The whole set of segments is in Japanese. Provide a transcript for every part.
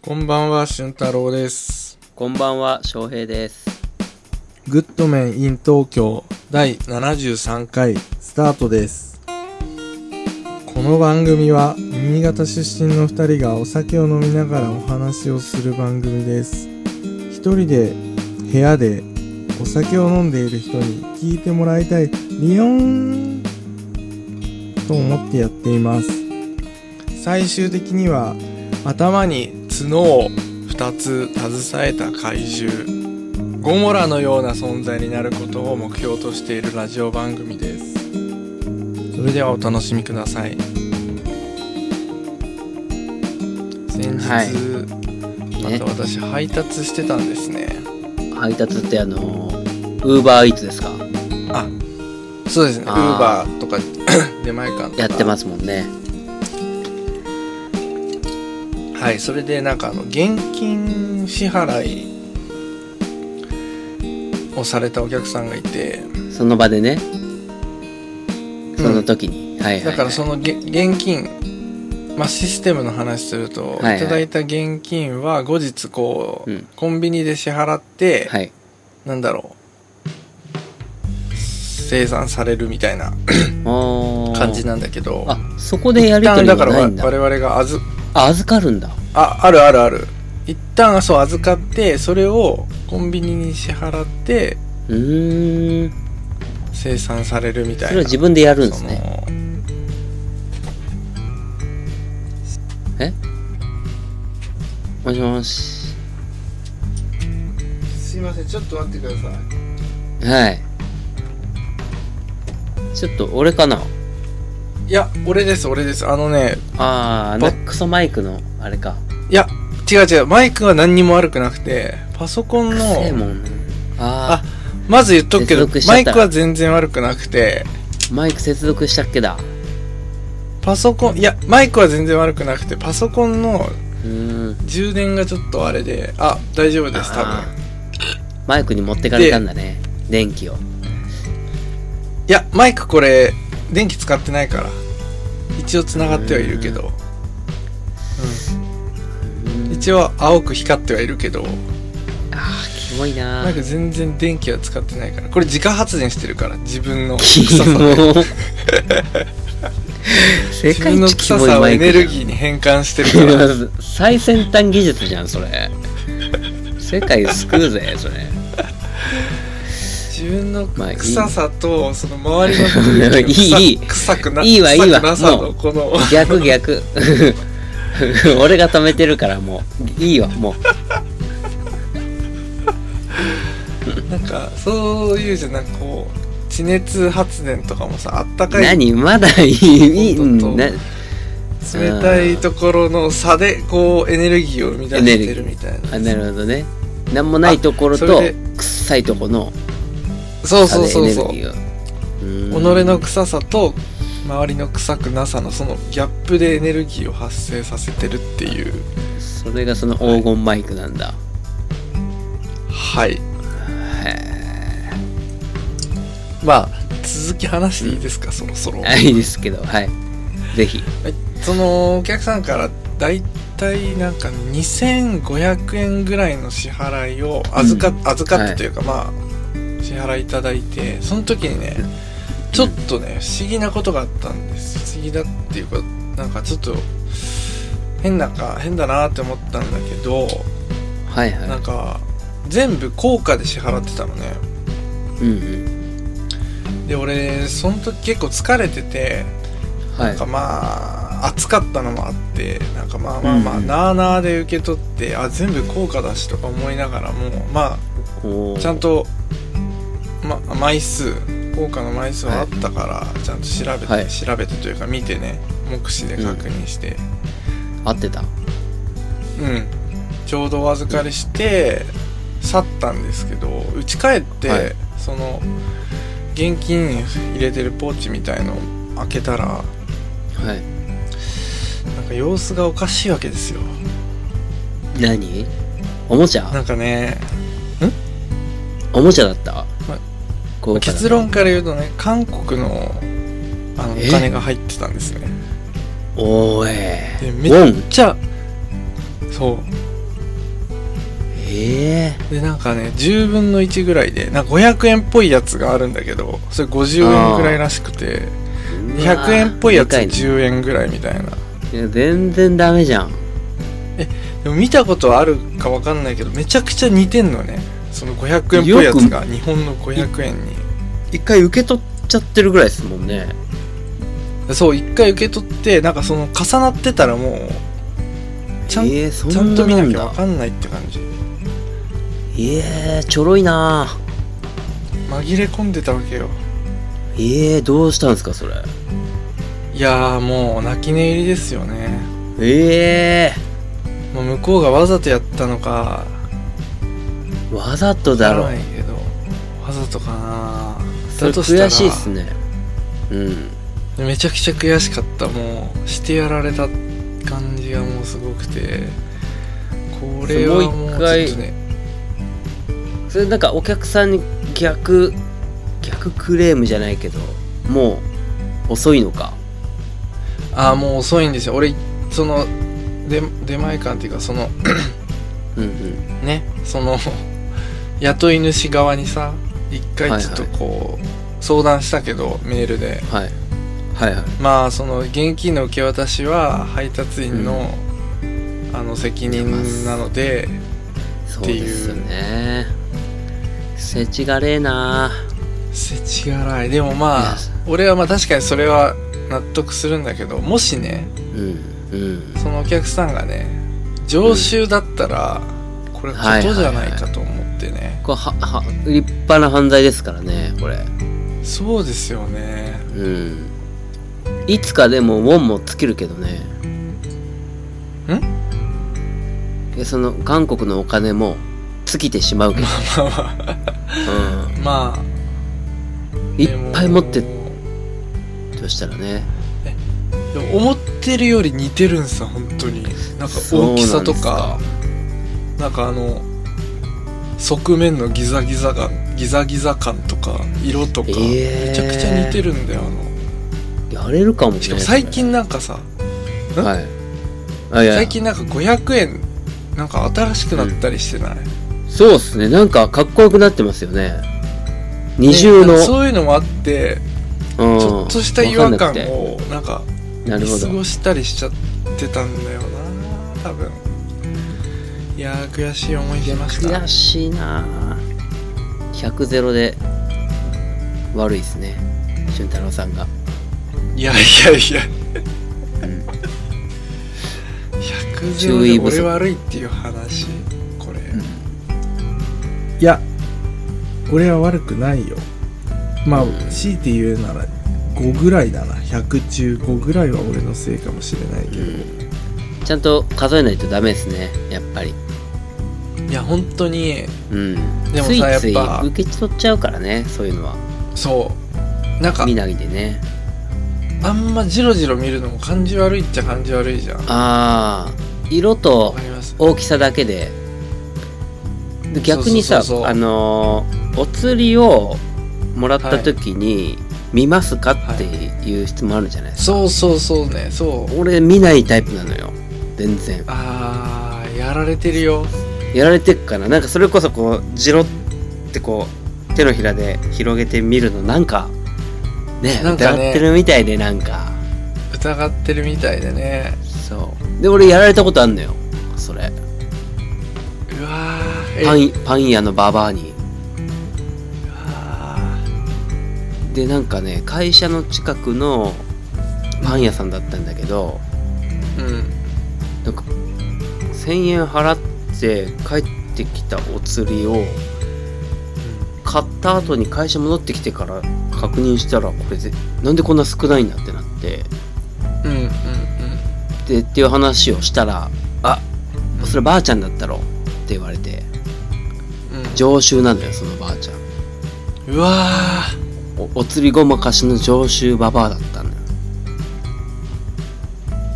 こんばんは、俊太郎です。こんばんは、翔平です。グッドメン in 東京第73回スタートです。この番組は新潟出身の2人がお酒を飲みながらお話をする番組です。一人で部屋でお酒を飲んでいる人に聞いてもらいたいリヨンと思ってやっています。最終的には頭に角を2つ携えた怪獣ゴモラのような存在になることを目標としているラジオ番組ですそれではお楽しみください先日、はいまねた私配達してたんですね配達ってあのウーバーイーツですかそうですねウーあバーとか出前館とかやってますすもんね。はいそれでなんかあの現金支払いをされたお客さんがいて、その場でね。その時に。はいはい、はい。だからそのげ現金、まあ、システムの話すると、はいいはいただいた現金は後日こう、うんコンビニで支払って、はい。なんだろう生産されるみたいなおー感じなんだけどあ、そこでやりとりだはからない我んだ。々が預あ、預かるんだ。ああるあるある一旦そう預かってそれをコンビニに支払ってうーん。生産されるみたいなそれは自分でやるんですね。そのもしもし。すいませんちょっと待ってくださいはい。ちょっと俺かないや俺です俺ですあのねあー、あぼのクソマイクのあれか。いや、違う違う、マイクは何にも悪くなくて、パソコンくせえもの、ん。あまず言っとくけど接続、しちゃマっイたクは全然悪くなくて、ー、マイク接続したっけだ。パソコン、いや、マイクは全然悪くなくて、パソコンのうーん。充電がちょっとあれで、あ、大丈夫です、多あ分。ーマイクに持ってかれたんだね電気をいや、マイクこれ、電気使ってないから、一応繋がってはいるけど、うん一応青く光ってはいるけど、あーキモいなマイクー全然電気は使ってないから、これ自家発電してるから、自分 のキ臭さでモ世 自界分の一キ臭モいさをマエイクネルじギーに変換してるゃから。 ん最先端技術じゃんそれ世界救うぜそれ自分のまあいい臭さとその周りのいい臭いい臭くないいわいいわ臭くなさものうこの逆逆 俺が止めてるからもういいよもうなんかそういうじゃなくこう地熱発電とかもさあったかい何まだいいいい本当とな冷たいところの差でこうエネルギーを生み出してるみたいなあなるほどね何もないところあそとれで臭いとこのそう差そうでエそうネルそうギ己ーが己の臭さと周りの臭くなさのそのギャップでエネルギーを発生させてるっていうそれがその黄金マイクなんだ、はいへまあ続き話していいですかそろ そろーいいですけどはいぜひそのお客さんからだいたいなんか2500円ぐらいの支払いを預か,、預かってというか、まあ支払いいただいてその時にねちょっとね不思議なことがあったんです不思議だっていうかなんかちょっと変なか変だなって思ったんだけどはいはいなんか全部硬貨で支払ってたのねうんうんで俺その時結構疲れててはなんいかまあ暑かったのもあってなんかまあまあまあ、うんうんなあなあで受け取ってあ全部効果だしとか思いながらもまおあーちゃんと、ま、枚数効果の枚数はあったから、ちゃんと調べて、はい調べてというか見てね目視で確認して、合ってたうんちょうどお預かりして去ったんですけどうち帰って、はいその現金入れてるポーチみたいのを開けたらはいなんか様子がおかしいわけですよ。何おもちゃなんかねおもちゃだったまこう結論から言うとね韓国のあのおえ金が入ってたんですねおーでえめウォっンちゃそうええでなんかね10分の1ぐらいでなんか500円っぽいやつがあるんだけどそれ50円ぐらいらしくてー。 100円っぽいやつでかね10円ぐらいみたいないや全然ダメじゃん。でも見たことあるかわかんないけどめちゃくちゃ似てんのねその500円っぽいやつが日本の500円に一回受け取っちゃってるぐらいですもんね。そう一回受け取ってなんかその重なってたらもうちゃんえー、そちゃんと見なきゃんわだかんないって感じえー、ちょろいな紛れ込んでたわけよえー、どうしたんですか、それ。いやーもう泣き寝入りですよねええもう向こうがわざとやったのかー、わざとだろわから。ないけどわざとかなそれだとしたら悔しいっすね。うん。めちゃくちゃ悔しかったもうしてやられた感じがもうすごくてこれはもうもうち一ょっ回とねそれなんかお客さんに逆逆クレームじゃないけどもう遅いのかああもう遅いんですよ俺その出出前館っていうかそのうんうんねその雇い主側にさ一はい回はいちょっとこう相談したけどメールではいはいはいまあその現金の受け渡しは配達員の、あの責任なのでそうですよねせちがれえな世知辛いでもまあいや俺はまあ確かにそれは納得するんだけどもしねうんうんそのお客さんがね常習だったら、これことじゃないかと思ってね、これはは立派な犯罪ですからねこれそうですよね うんいつかでもウォンも尽きるけどねんえその韓国のお金も尽きてしまうけど、まあまあうまあん、いっぱい持ってでもとしたらねでも思ってるより似てるんさ本当になんか大きさとかなんかあの側面のギザギザがギザギザ感とか色とか、えーめちゃくちゃ似てるんだよあのやれるかもししかれもない最近なんかさんはいあいやいや最近なんか500円なんか新しくなったりしてない、そうっすねなんかかっこよくなってますよね二重ねの、なんかそういうのもあってうんちょっとした違和感をなんかわかんなくてな見るほ過どごしたりしちゃってたんだよな多分いやー悔しい思いしました悔しいな100ゼロで悪いですね俊太郎さんがいやいやいやうん100ゼロ注意で不足俺悪いっていう話これ、うんいや俺は悪くないよまうんあ強いて言うなら5ぐらいだな100中5ぐらいは俺のせいかもしれないけど、ちゃんと数えないとダメですねやっぱりいや本当にうんでもさついついやっぱ受け取っちゃうからねそういうのはそうなんか見ないでねあんまジロジロ見るのも感じ悪いっちゃ感じ悪いじゃんわああ色とかります大きさだけでで逆にそさうそうそうそうあのーお釣りをもらった時に、見ますかっていう質問あるじゃないですそうそうそうねそか、う俺見ないタイプなのよ全然あーやられてるよやられてっかななんかそれこそこうジロってこう手のひらで広げてみるのなんかねなんかね疑ってるみたいでなんか疑ってるみたいでねそうで俺やられたことあんのよそれうわパーえンパン屋のババアにあでなんかね会社の近くのパン屋さんだったんだけどーうんなんか1,000円払って帰ってきたお釣りを買った後に会社戻ってきてから確認したらこれぜなんでこんな少ないんだってなってうんうんうんでっていう話をしたら「あうんそればあちゃんだったろ」って言われてうん常習なんだよそのばあちゃんうわーおお釣りごまかしの常習ババアだったんだよ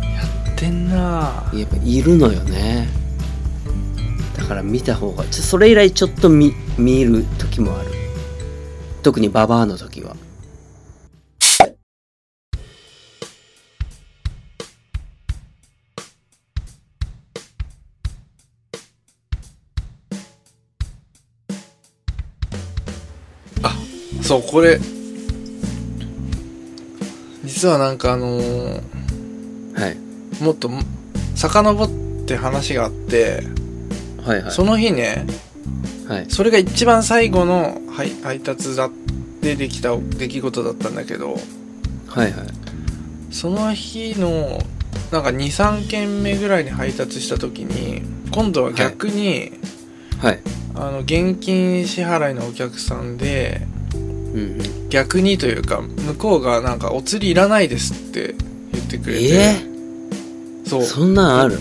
やってんなやっぱいるのよねだから見た方がちょそれ以来ちょっと見見る時もある特にババアの時はそうこれ実はなんかあのーはいもっとも遡って話があって、はいはいその日ねはいそれが一番最後の配配達だでできた出来事だったんだけどはいはいその日のなんか23件目ぐらいに配達した時に今度は逆に、はいあの現金支払いのお客さんでうんうん逆にというか向こうがなんかお釣りいらないですって言ってくれて、えそうー、そんなんある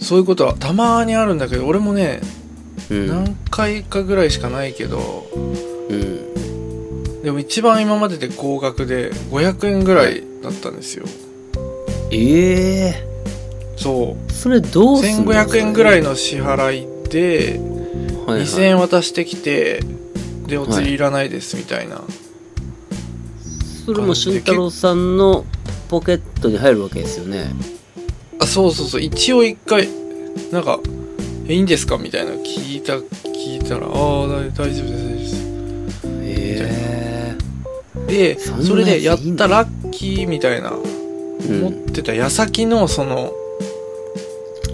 そういうことはたまにあるんだけど俺もね、うん何回かぐらいしかないけどうんでも一番今までで高額で500円ぐらいだったんですよええそうー、それどうすんの1500円ぐらい、いの支払いではい2000はい、円渡してきてでお釣りいらないですみたいな、それも俊太郎さんのポケットに入るわけですよねあそうそうそう一応一回なんか「えいいんですか?」みたいな聞いた聞いたら「ああ大大丈夫です大丈夫ですえでそんなやつそれでやっいいんだたラッキーみたいなえー、持うっんてた矢先のその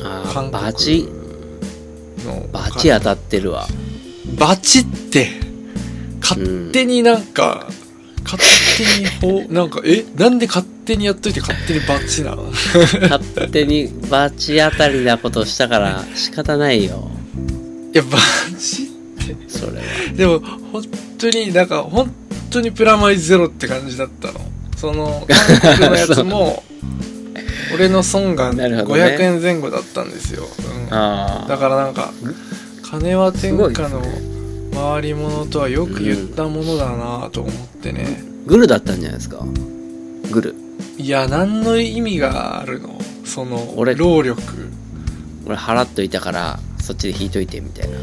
あ韓ー国バチのバチ当たってるわバチって勝勝手になんか、勝手 にほうなんかえなんで勝手にやっといて勝手にバチなの勝手にバチ当たりなことしたから仕方ないよいやバチってそれはでも本当になんか本当にプラマイゼロって感じだったのその韓国のやつも 俺の損がなるほどね500円前後だったんですよ、うんあだからなんか金は天下の回り物とはよく言ったものだなと思ってね、グルだったんじゃないですかグルいや何の意味があるのその俺労力俺払っといたからそっちで引いといてみたいな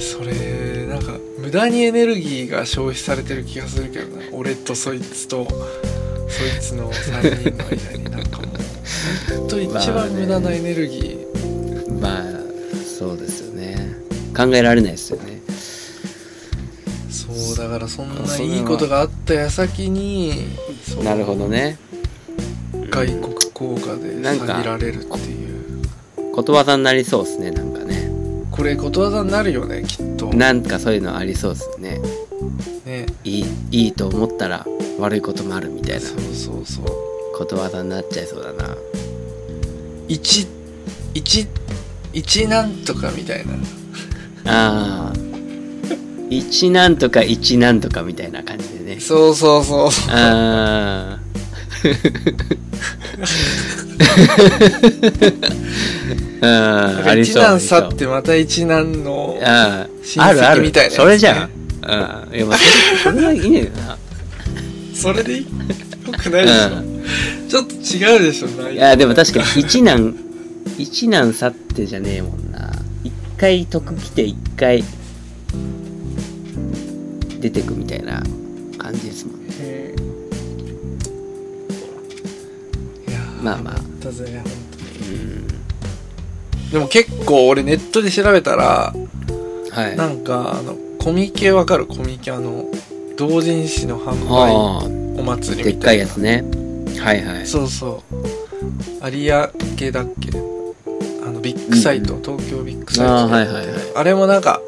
それなんか無駄にエネルギーが消費されてる気がするけどな俺とそいつとそいつの3人の間になんかもうほんと一まあ番ね無駄なエネルギー、まあそうですよね考えられないですよねそうだからそんあなそれはいいことがあった矢先にそうなるほどね外国効果でなんか下げられるっていうことわざになりそうですねなんかねこれことわざになるよねきっとなんかそういうのありそうですねねいいいいと思ったら悪いこともあるみたいなそうそうそうことわざになっちゃいそうだな一一一なんとかみたいなああ一なんとか一なんとかみたいな感じでねそうそうそうそあー あーあうり一そう難りそ去うってまた一難のあ親ああるあ戚るみたいなやつねそれじゃんうんいやまあそれそれはいいねんなそれでいいよくないでしょ、うちょっと違うでしょ内い容やでも確かに一難一難去ってじゃねえもんな一回得来て一回出てくみたいな感じですもんねいやまあまあだぜ本うん当にでも結構俺ネットで調べたらはいなんかあのコミケわかるコミケあの同人誌の販売ああお祭でりっみかたいいなやつねはいはいそうそう有明だっけあのビッグサイト、東京ビッグサイトあーはいはいはいあれもなんか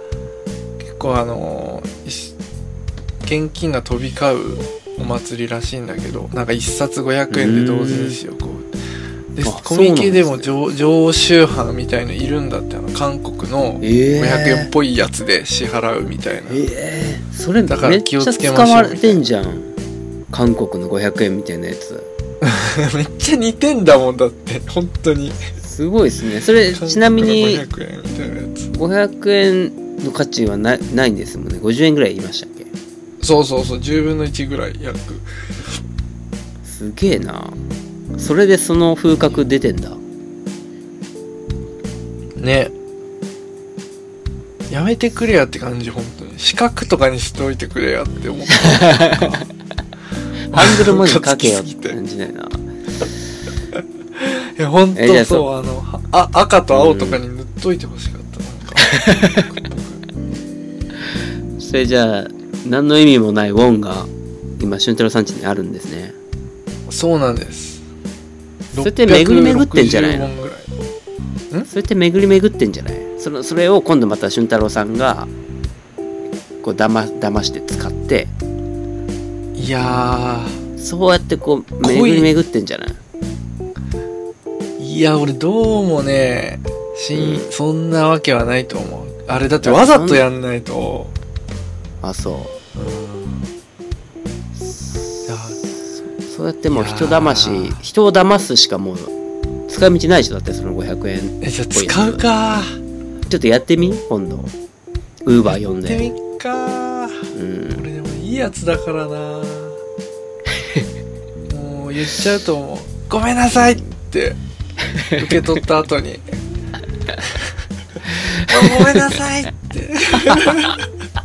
結構あのーいし現金が飛び交うお祭りらしいんだけどなんか1冊500円で同人誌をこうであコミケでそもうなんで常常習犯みたいのいるんだってあの韓国のええ500円っぽいやつで支払うみたいな、えー、それだからめっち気ゃをつけ使ましょうわれてんじゃん韓国の500円みたいなやつ めっちゃ似てんだもんだって本当にすごいですねそれちなみに韓国の500円みたいなやつ500円の価値はないないんですもんね50円ぐらい言いましたっけそうそうそう10分の1ぐらい約すげえなそれでその風格出てん だねやめてくれやって感じ本当に四角とかにしておいてくれやって 思ったハングル文字書けよっムカつきすぎてて感じだよ ないや本えじ当ゃあそうそあのはあ赤と青とかに塗っといてほしかったなんか僕それじゃあ何の意味もないウォンが今俊太郎さん家にあるんですねそうなんですそれって巡り巡ってんじゃないの660本ぐらいそれって巡り巡ってんじゃないそのそれを今度また俊太郎さんがこうだま騙して使っていやそうやってこう恋巡り巡ってんじゃないーいや俺どうもねしん、うそんなわけはないと思うあれだってわざとやんないとあそううんいやそうやってもう人騙しいやー人を騙すしかもう使い道ないでしょだってその500円えじゃあ使うかちょっとやってみ今度ウーバー呼やっんてでみっかーうん俺でもいいやつだからなもう言っちゃうと思う「ごめんなさい!」って受け取った後 に「ごめんなさい!」って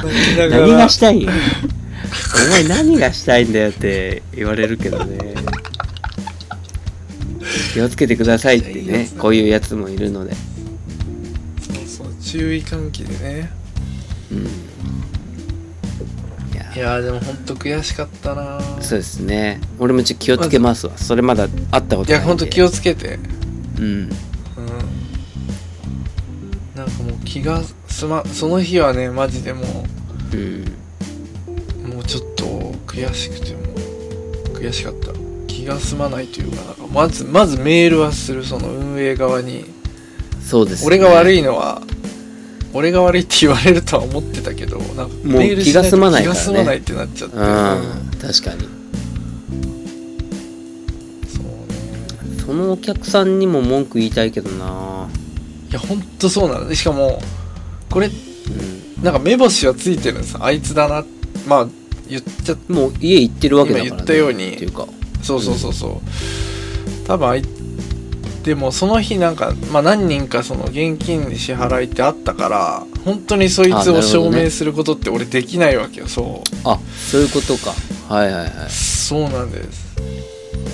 泣きなが何らがしたい んお前何がしたいんだよって言われるけどね気をつけてくださいっていやいいやねつこういうやつもいるので、そうそう注意喚起でねうん、いやいやーでもほんと悔しかったなそうですね俺もちょっと気をつけますわそれまだ会ったこいとないんでやほんと気をつけてうんうんなんかもう気がすまその日はねマジでもううんもうちょっと悔しくても悔しかった気が済まないというかなんかまずまずメールはするその運営側にそうです、ね、俺が悪いいのは俺が悪いって言われるとは思ってたけどなんかもうメールしと気が済まない気からがね済まないってなっちゃって、ううんん確かにそうねそのお客さんにも文句言いたいけどないやほんとそうなのでしかもこれうなんか目星はついてるんですあいつだなまあ言っちゃんもう家行ってるわけだから、ね、今言ったようにっていうかそうそうそうそう、多分あいでもその日なんか、まあ、何人かその現金で支払いってあったから本当にそいあなつるほをどね証明することって俺できないわけよそあそういうことかはいはいはいうそうなんです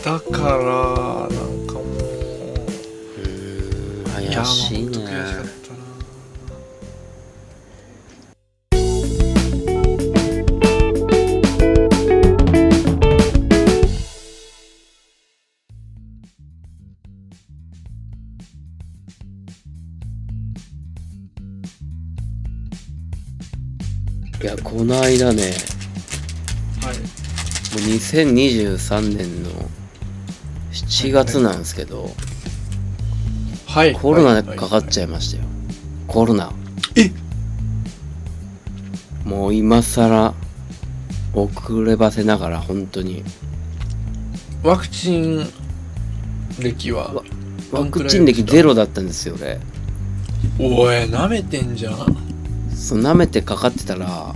だからなんかもううーんや怪しいねもうほんと悔しかったないやこの間ねはいもう2023年の7月なんですけど、はいコロナかかっちゃいましたよ、コロナえもう今更遅ればせながら本当にワクチン歴はわワクチン歴ゼロだったんですよ俺おいなめてんじゃん、そう舐めてかかってたら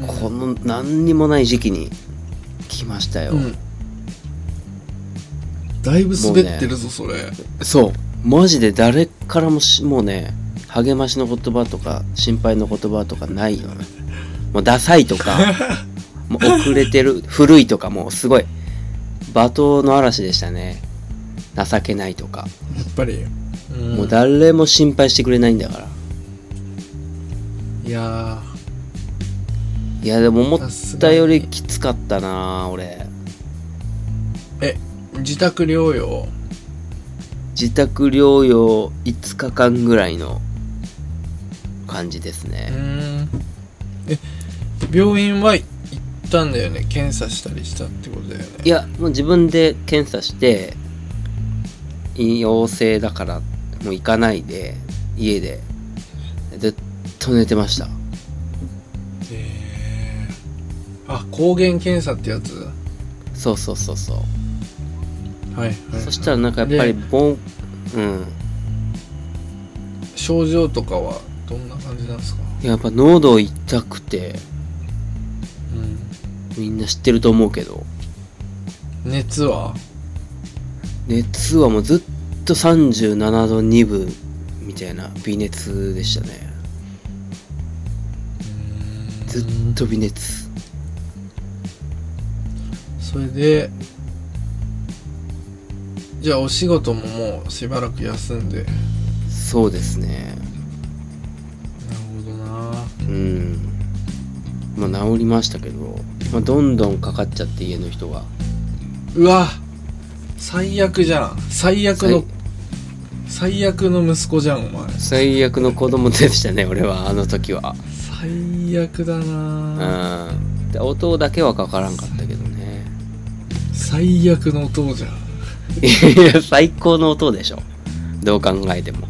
うんこの何にもない時期に来ましたよ、うんだいぶ滑ってるぞ、それそうマジで誰からもしもうね励ましの言葉とか心配の言葉とかないよねもうダサい とかもう遅れてる古いとかもうすごい罵倒の嵐でしたね情けないとか、やっぱり、うんもう誰も心配してくれないんだからいやいやでも思ーさすっがたによりきつかったな俺自宅療養自宅療養5日間ぐらいの感じですうね、ーんえ病院は行ったんだよね検査したりしたってことだよねいやもう自分で検査して陽性だからもう行かないで家でずっと寝てましたえー、あ抗原検査ってやつはそうそうそうそう、い、はい、そしたらなんかやっぱりでボンうん症状とかはどんな感じなんですかやっぱ喉痛くてうんみんな知ってると思うけど熱は熱はもうずっと37度2分みたいな微熱でしたねずっと微熱それでじゃあお仕事ももうしばらく休んでなるそうですねほどなうんまあ治りましたけど、まあ、どんどんかかっちゃって家の人がうわ最悪じゃん最悪の最悪の息子じゃんお前最悪の子供でしたね俺はあの時は最悪だなうんで音だけはかからんかったけどね最悪のお父じゃんいや最高の音でしょどう考えても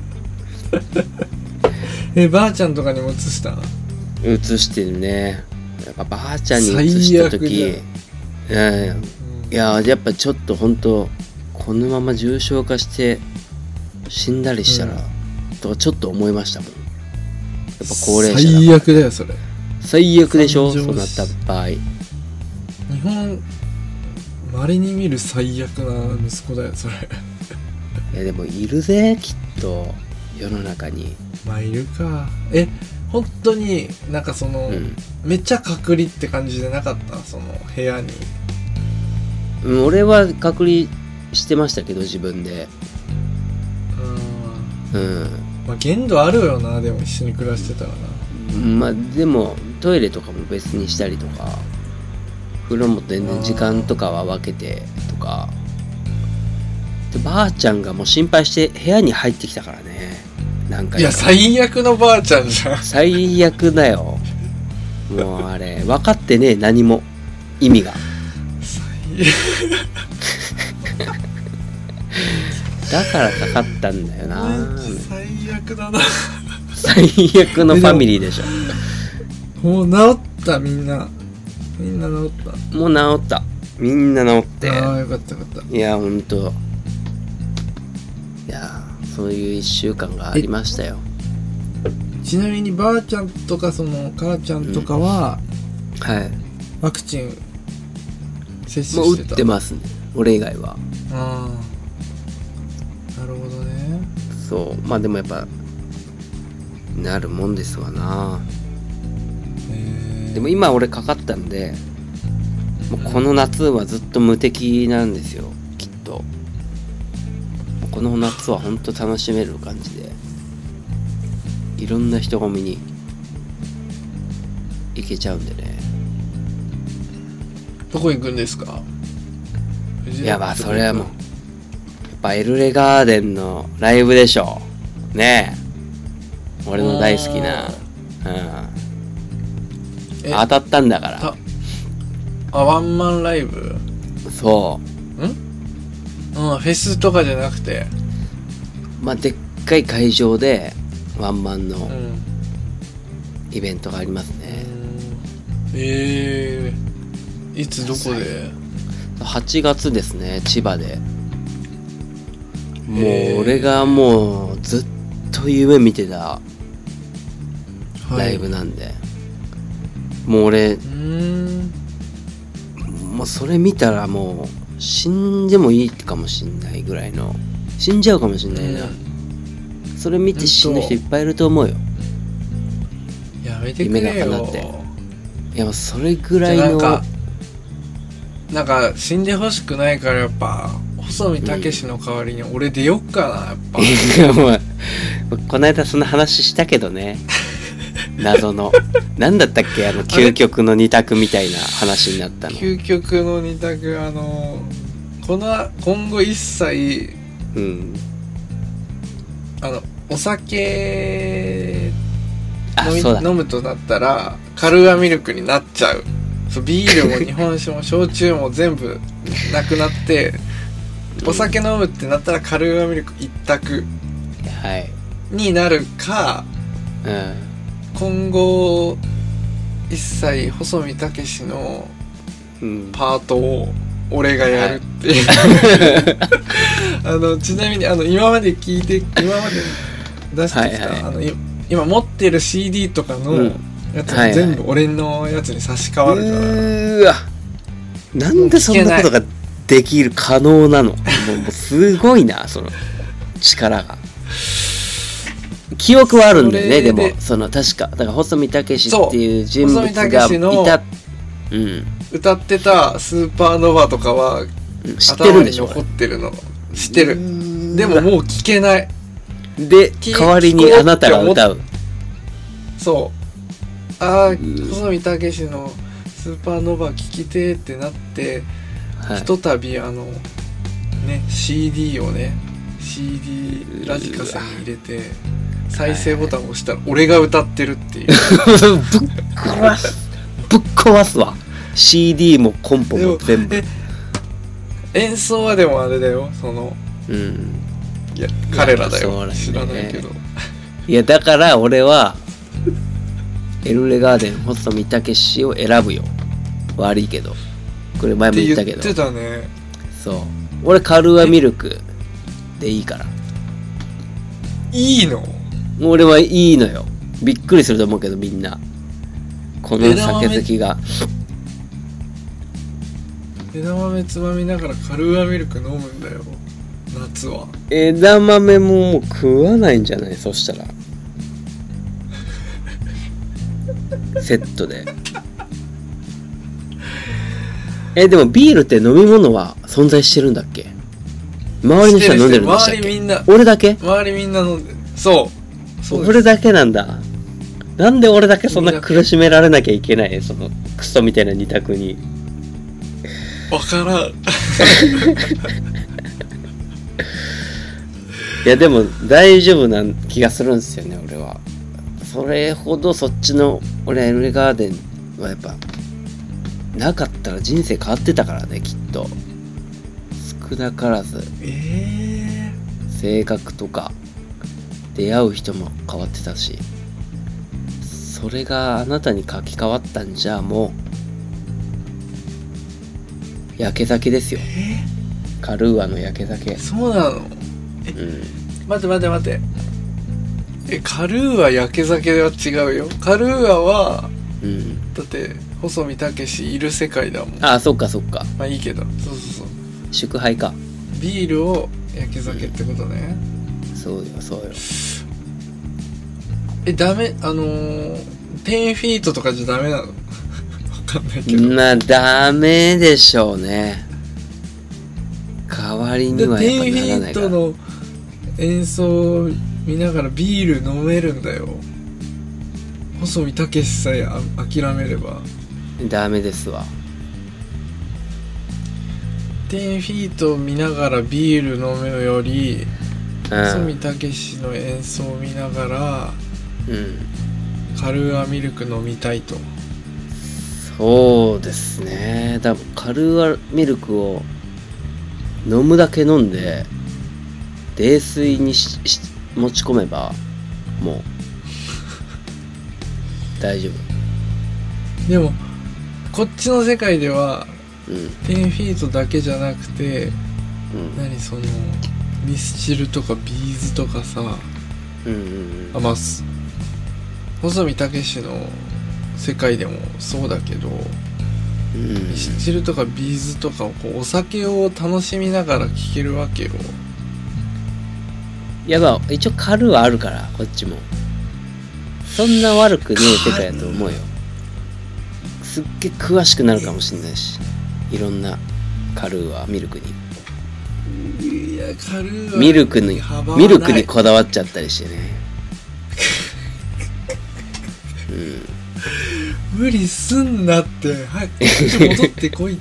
えばあちゃんとかにも移した映してるねやっぱばあちゃんに映した時うんいやーやっぱちょっと本当このまま重症化して死んだりしたら、うんとかちょっと思いましたもんやっぱ高齢者だ最悪だよそれ最悪でしょ惨そう状なでっすた場合日本まれに見る最悪な息子だよそれいやでもいるぜきっと世の中にまあいるかえ本当になんかその、うん、めっちゃ隔離って感じじゃなかったその部屋にうん俺は隔離してましたけど自分でうんうまあ限度あるよなでも一緒に暮らしてたらなんまあでもトイレとかも別にしたりとか風呂も全然時間とかは分けてとかでばあちゃんがもう心配して部屋に入ってきたからね何回かいや最悪のばあちゃんじゃん最悪だよもうあれ分かってねえ何も意味がだからかかったんだよな最悪だな最悪のファミリーでしょもう治ったみんなみんな治っもう治ったみんな治ってたああよかったよかったいやほんといやそういう1週間がありましたよちなみにばあちゃんとかその母ちゃんとかは、はいワクチン接種もうし打ってたてますね俺以外はああなるほどねそうまあでもやっぱなるもんですわなえーでも今俺かかったんでもうこの夏はずっと無敵なんですよきっとこの夏はほんと楽しめる感じでいろんな人混みに行けちゃうんでねどこ行くんですかいやまあそれはもうやっぱエルレガーデンのライブでしょねえ俺の大好きなあうんえ当たったんだからたあワンマンライブそうんフェスとかじゃなくてうまあでっかい会場でワンマンうのんイベントがありますねえー、いつどこで8月ですね千葉でもへうえ俺がもうずっと夢見てたライブうなんで、もう俺ーんもうそれ見たらもう死んでもいいかもしんないぐらいの死んじゃうかもしんないな、それ見て死ぬ人いっぱいいると思うよやめてくれよ夢が叶っていやもうそれぐらいじゃあなのんかなんか死んでほしくないからやっぱ細見武士の代わりに俺出よっかなやっ ぱいやもうこの間その話したけどね謎の何だったっけあの究極の二択みたいな話になったの究極の二択あのこの今後一切うんあのお酒あ飲みそうだ飲むとなったらカルアミルクになっちゃうそうビールも日本酒も焼酎も全部なくなってお酒飲むってなったらカルアミルク一択はいになるかう今後一切細見武士のん、うん、パートを俺がやるっていう、 あのちなみにあの今まで聞いて今まで出してきた、はいはいあのい今持ってる CD とかうのんやつはもいはい全部俺のやつに差し替わるから、うーわなんでそんなことができる可能なのもうもうすごいなその力が記憶はあるんだよそねれででもその確かだから細見武士っていう人物そう細見が武士のいたうん歌ってたスーパーノヴァとかはうん知ってる頭んでにしょ残ってるの知ってるでもでもう聞けないで聞代わりにあなたが歌うそああん細見武士のスーパーノヴァ聞きてーってなって、はいひとたびあのね CD をね CD ラジカセに入れて再生ボタンを押したら俺が歌ってるっていうぶっ壊すぶっ壊すわ CD もコンポも全部で演奏はでもあれだよそのうんいや彼らだそうだよね知らないけどいやだから俺はエルレガーデン細見武史を選ぶよ悪いけどこれ前っもて言言ったけっどてたねそう俺カルアミルクでいいからいいのもう俺はいいのよびっくりすると思うけどみんなこの枝豆酒好きが枝豆つまみながらカルーアミルク飲むんだよ夏は枝豆ももう食わないんじゃないそしたらセットでえでもビールって飲み物は存在してるんだっけ周りの人は飲んでるんでしたっしてるしてる周りみけんな俺だけ周りみんな飲んでそうそうです俺だけなんだなんで俺だけそんな苦しめられなきゃいけないそのクソみたいな二択にわからんいやでも大丈夫な気がするんですよね俺はそれほどそっちの俺エルレガーデンはやっぱなかったら人生変わってたからねきっと少なからずえ性格とか出会う人も変わってたしそれがあなたに書き換わったんじゃもう焼け酒ですよええカルーアの焼け酒 ー、そうなのうん待って待って待ってえカルーア焼け酒は違うよカルーアはうんだって細見武士いる世界だもんああそっかそっかまあいいけどそうそうそう祝杯かビールを焼け酒ってことねそうよそうよえダメあのー、10フィートとかじゃダメなの わかんないけどまあダメでしょうね代わりにではやっ10ぱならフなィーいトからの演奏を見ながらビール飲めるんだよ細見武士さえあ諦めればダメですわ10フィートを見ながらビール飲むよりう細見ん、武士の演奏を見ながうん、らカルーアミルク飲みたいとそうですねだカルーアミルクを飲むだけ飲んで泥酔にしし持ち込めば もう大丈でもこっちの世界では夫うん10フィートだけじゃなくてうん何そのミスチルとかビーズとかさうんうんあまあす細見武士の世界でもそうだけどうんうんミスチルとかビーズとかをこうお酒を楽しみながら聴けるわけよやば一応カルーはあるからこっちもそんな悪くねえ世界やと思うよすっげえ詳しくなるかもしんないしいろんなカルーはミルクにいや軽いミルクに幅はないミルクにこだわっちゃったりしてね無理すんなって早くこっち戻ってこいっ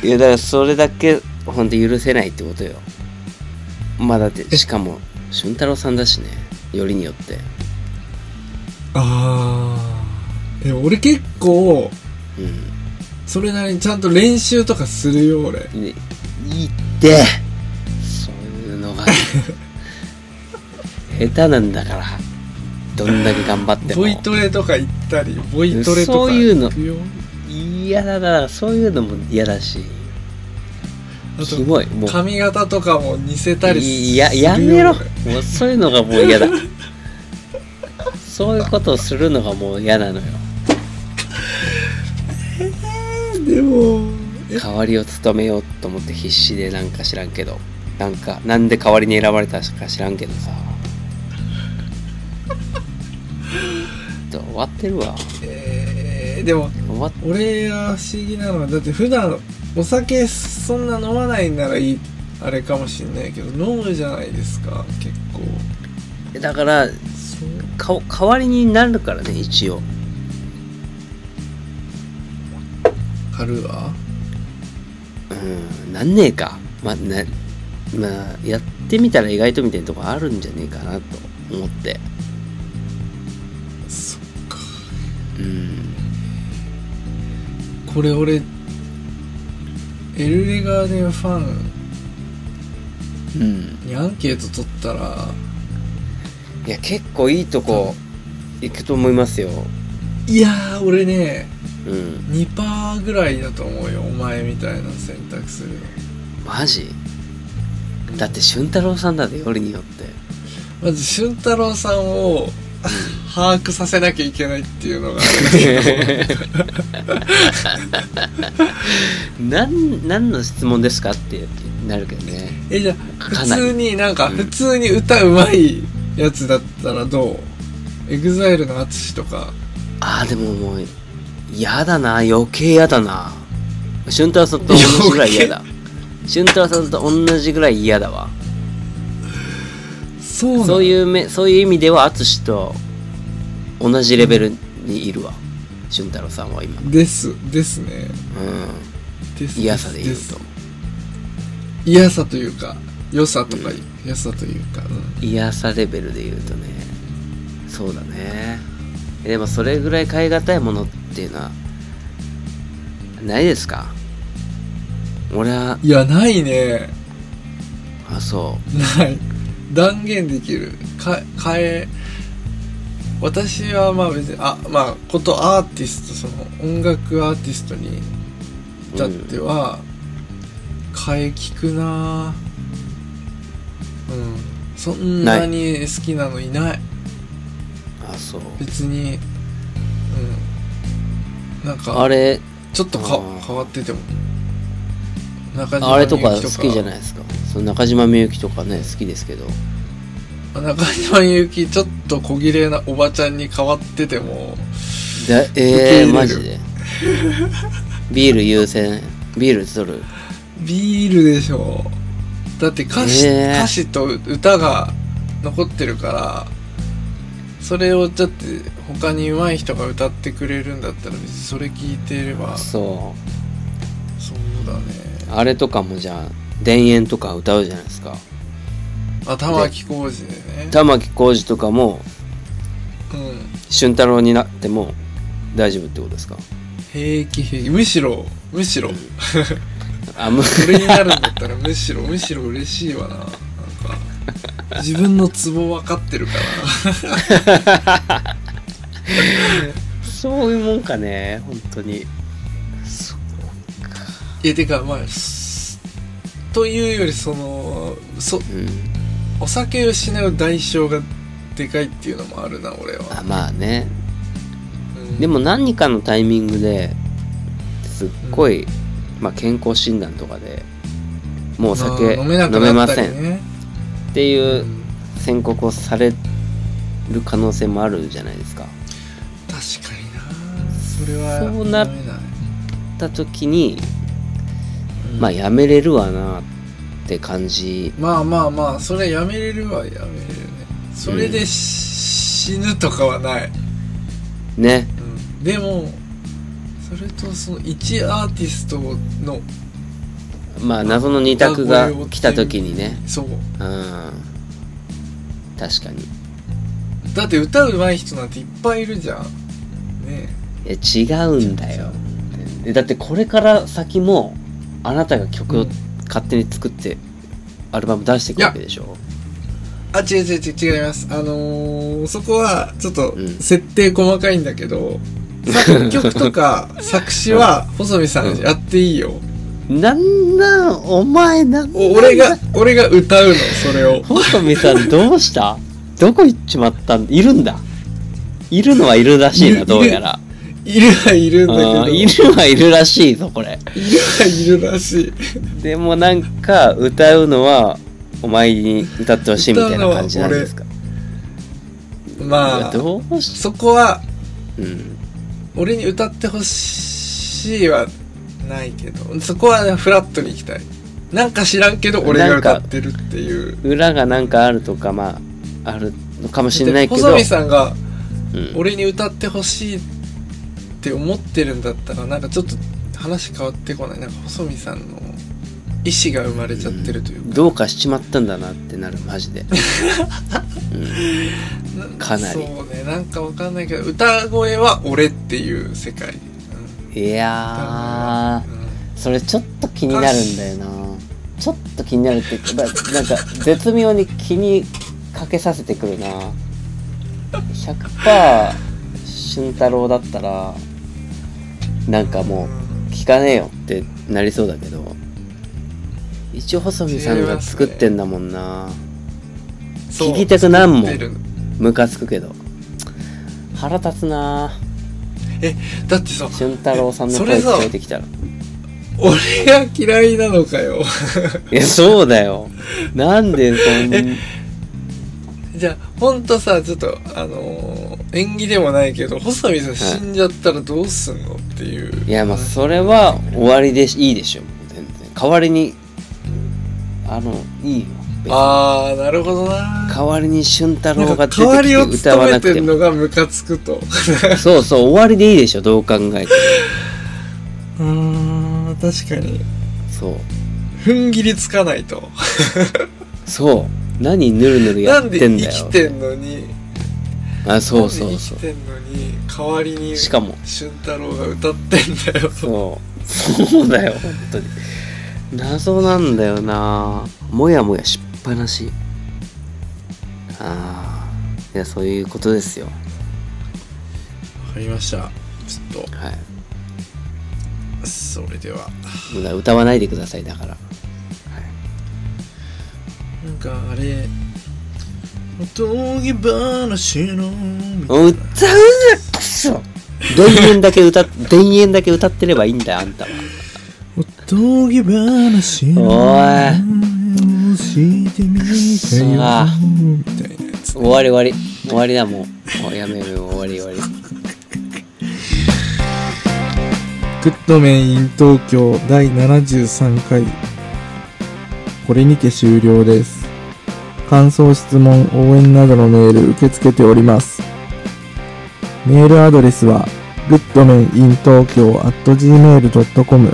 て いやだからそれだけほんと許せないってことよまあだってしかも俊太郎さんだしねよりによってあーでも俺結構うんそれなりにちゃんと練習とかするよ俺でいいってそういうのが下手なんだからどんだけ頑張ってもボイトレとか行ったりボイトレとそうかいうの行くよ嫌だなそういうのも嫌だしあとキモいもう髪型とかも似せたりいややめろするよもうそういうのがもう嫌だそういうことをするのがもう嫌なのよ俺でもえ代わりを務めようと思って必死でなんか知らんけどなんかなんで代わりに選ばれたか知らんけどさと終わってるわえーでも終わっ俺は不思議なのはだって普段お酒そんな飲まないならいいあれかもしんないけど飲むじゃないですか結構だからですねか代わりになるからね一応春はうんなんねえかまあなまあやってみたら意外とみたいなとこあるんじゃねえかなと思ってそっかうんこれ俺エルレガーデンファンうんにアンケート取ったらいや結構いいとこ行くと思いますよいやー俺ねうん2%ぐらいだと思うよお前みたいな選択するの、マジだって俊太郎さんだでよりによってまず俊太郎さんを把握させなきゃいけないっていうのがあるんだけどなん何の質問ですかってなるけどねえじゃあか普なり通になんかうん普通に歌うまいやつだったらどう EXILE の淳とかああでももう嫌だな余計嫌だな俊太郎さんと同じぐらい嫌だ俊太郎さんと同じぐらい嫌だわそうなのそういうめそういう意味では淳と同じレベルにいるわ俊太郎さんは今うんですですねです嫌さで言うすと嫌さというか良さとか良さというか、うん嫌さレベルで言うとねそうだねえでもそれぐらい買い難いものっていうのはないですか俺はいやないねあそうない断言できるか変え私はまあ別にあまあことアーティストその音楽アーティストに至っては、変え聞くなうんそんなに好きなのいないあそう別にうんなんかあれちょっとかあー変わってても中あれとか好きじゃいないですかその中島みゆきとかね好きですけど中島みゆきちょっと小綺麗なおばちゃんに変わっててもだ受け入れえるー、マジでビール優先ビール取るビールでしょだって歌詞,、ねえ歌詞と歌が残ってるからそれをだって他に上手い人が歌ってくれるんだったら別にそれ聞いてればそうそうだねあれとかもじゃあ田園とか歌うじゃないですかあ玉置浩二でね玉置浩二とかもうん俊太郎になっても大丈夫ってことですか平気平気むしろむしろあむこれになるんだったらむしろむしろ嬉しいわななんか自分のツボ分かってるからそういうもんかね本当にそうかいやてかまあすというよりそのそうんお酒を失う代償がでかいっていうのもあるな俺は、あまあねうんでも何かのタイミングですっごい、まあ、健康診断とかでもうお酒まあ飲めませんっねていううん宣告をされる可能性もあるじゃないですか。確かになそれはそうな飲めないた時にうんまあやめれるわなって感じまあまあまあそれやめれるはやめれるねそれでし、死ぬとかはない、ねうん、でもそれとその一アーティストのまあ謎の二択が来た時にねそううん確かにだって歌うまい人なんていっぱいいるじゃんねいや違うんだよでだってこれから先もあなたが曲うをん勝手に作ってアルバム出していくわけでしょあ違う違う違う違いますあのーそこはちょっとうん設定細かいんだけど、作曲と か作詞は細見さんやっていいよ、なんなんお前なんなんお俺が俺が歌うのそれを細見さんどうしたどこ行っちまったんいるんだいるのはいるらしいいるなどうやらいるはいるんだけあどーいるはいるらしいぞこれいるはいるらしいでもなんか歌うのはお前に歌ってほしいみたいな感じなんですかまあどうしそこはうん俺に歌ってほしいはないけどそこはねフラットに行きたいなんか知らんけど俺が歌ってるっていう裏がなんかあるとかまああるかもしれないけど細見、さんがうん俺に歌ってほしいって思ってるんだったらなんかちょっと話変わってこないなんか細見さんの意思が生まれちゃってるというか、どうかしちまったんだなってなるマジで、うんなかなりそうねなんかわかんないけど歌声は俺っていう世界、うんいやうんーそれちょっと気になるんだよなちょっと気になるっていうかまなんか絶妙に気にかけさせてくるな100%俊太郎だったらなんかもう聞かねえよってなりそうだけど一応細見さんが作ってんだもんなそう聞きたくなんもん作ってるムカつくけど腹立つなだってさ俊太郎さんのそ声れ聞さこえてきたら俺が嫌いなのかよ いやそうだよなんでそ んなじゃあほんとさちょっとあのー縁起でもないけど細見さん死んじゃったらどうすんのっていういやまあそれは終わりでしいいでしょ全然代わりにあのいいよ別にああなるほどな代わりに俊太な郎んかが出代わりをてきて務歌わめなくててんものがムカつくと そうそう終わりでいいでしょどう考えてもうーん確かにそう踏ん切りつかないとそう何ぬるぬるやなっんでてん生だよきてんのにあそうそうそなんで生きてんのに代わりにうしかも俊太郎が歌ってんだよそうそうだよ本当に謎なんだよなもやもやしっぱなしああいやそういうことですよわかりましたちょっはいとそれではだから歌わないでくださいだから、はい、なんかあれおとぎ話のみ歌うなくそ田園だけ歌っ田園だけ歌ってればいいんだよあんたはおとぎ話おいをしてみたよさあみたいなやつ終わり終わり終わりだもうもうやめるよ終わり終わりグッドメンイン東京第73回これにて終了です感想質問応援などのメール受け付けておりますメールアドレスは goodmaninTokyo.gmail.com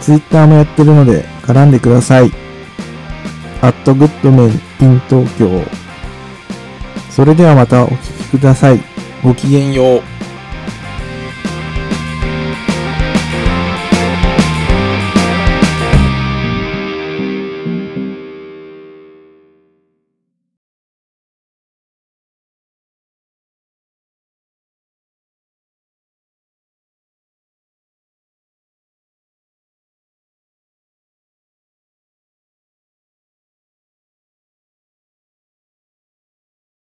ツイッターもやってるので絡んでください at goodmaninTokyo それではまたお聞きくださいごきげんよう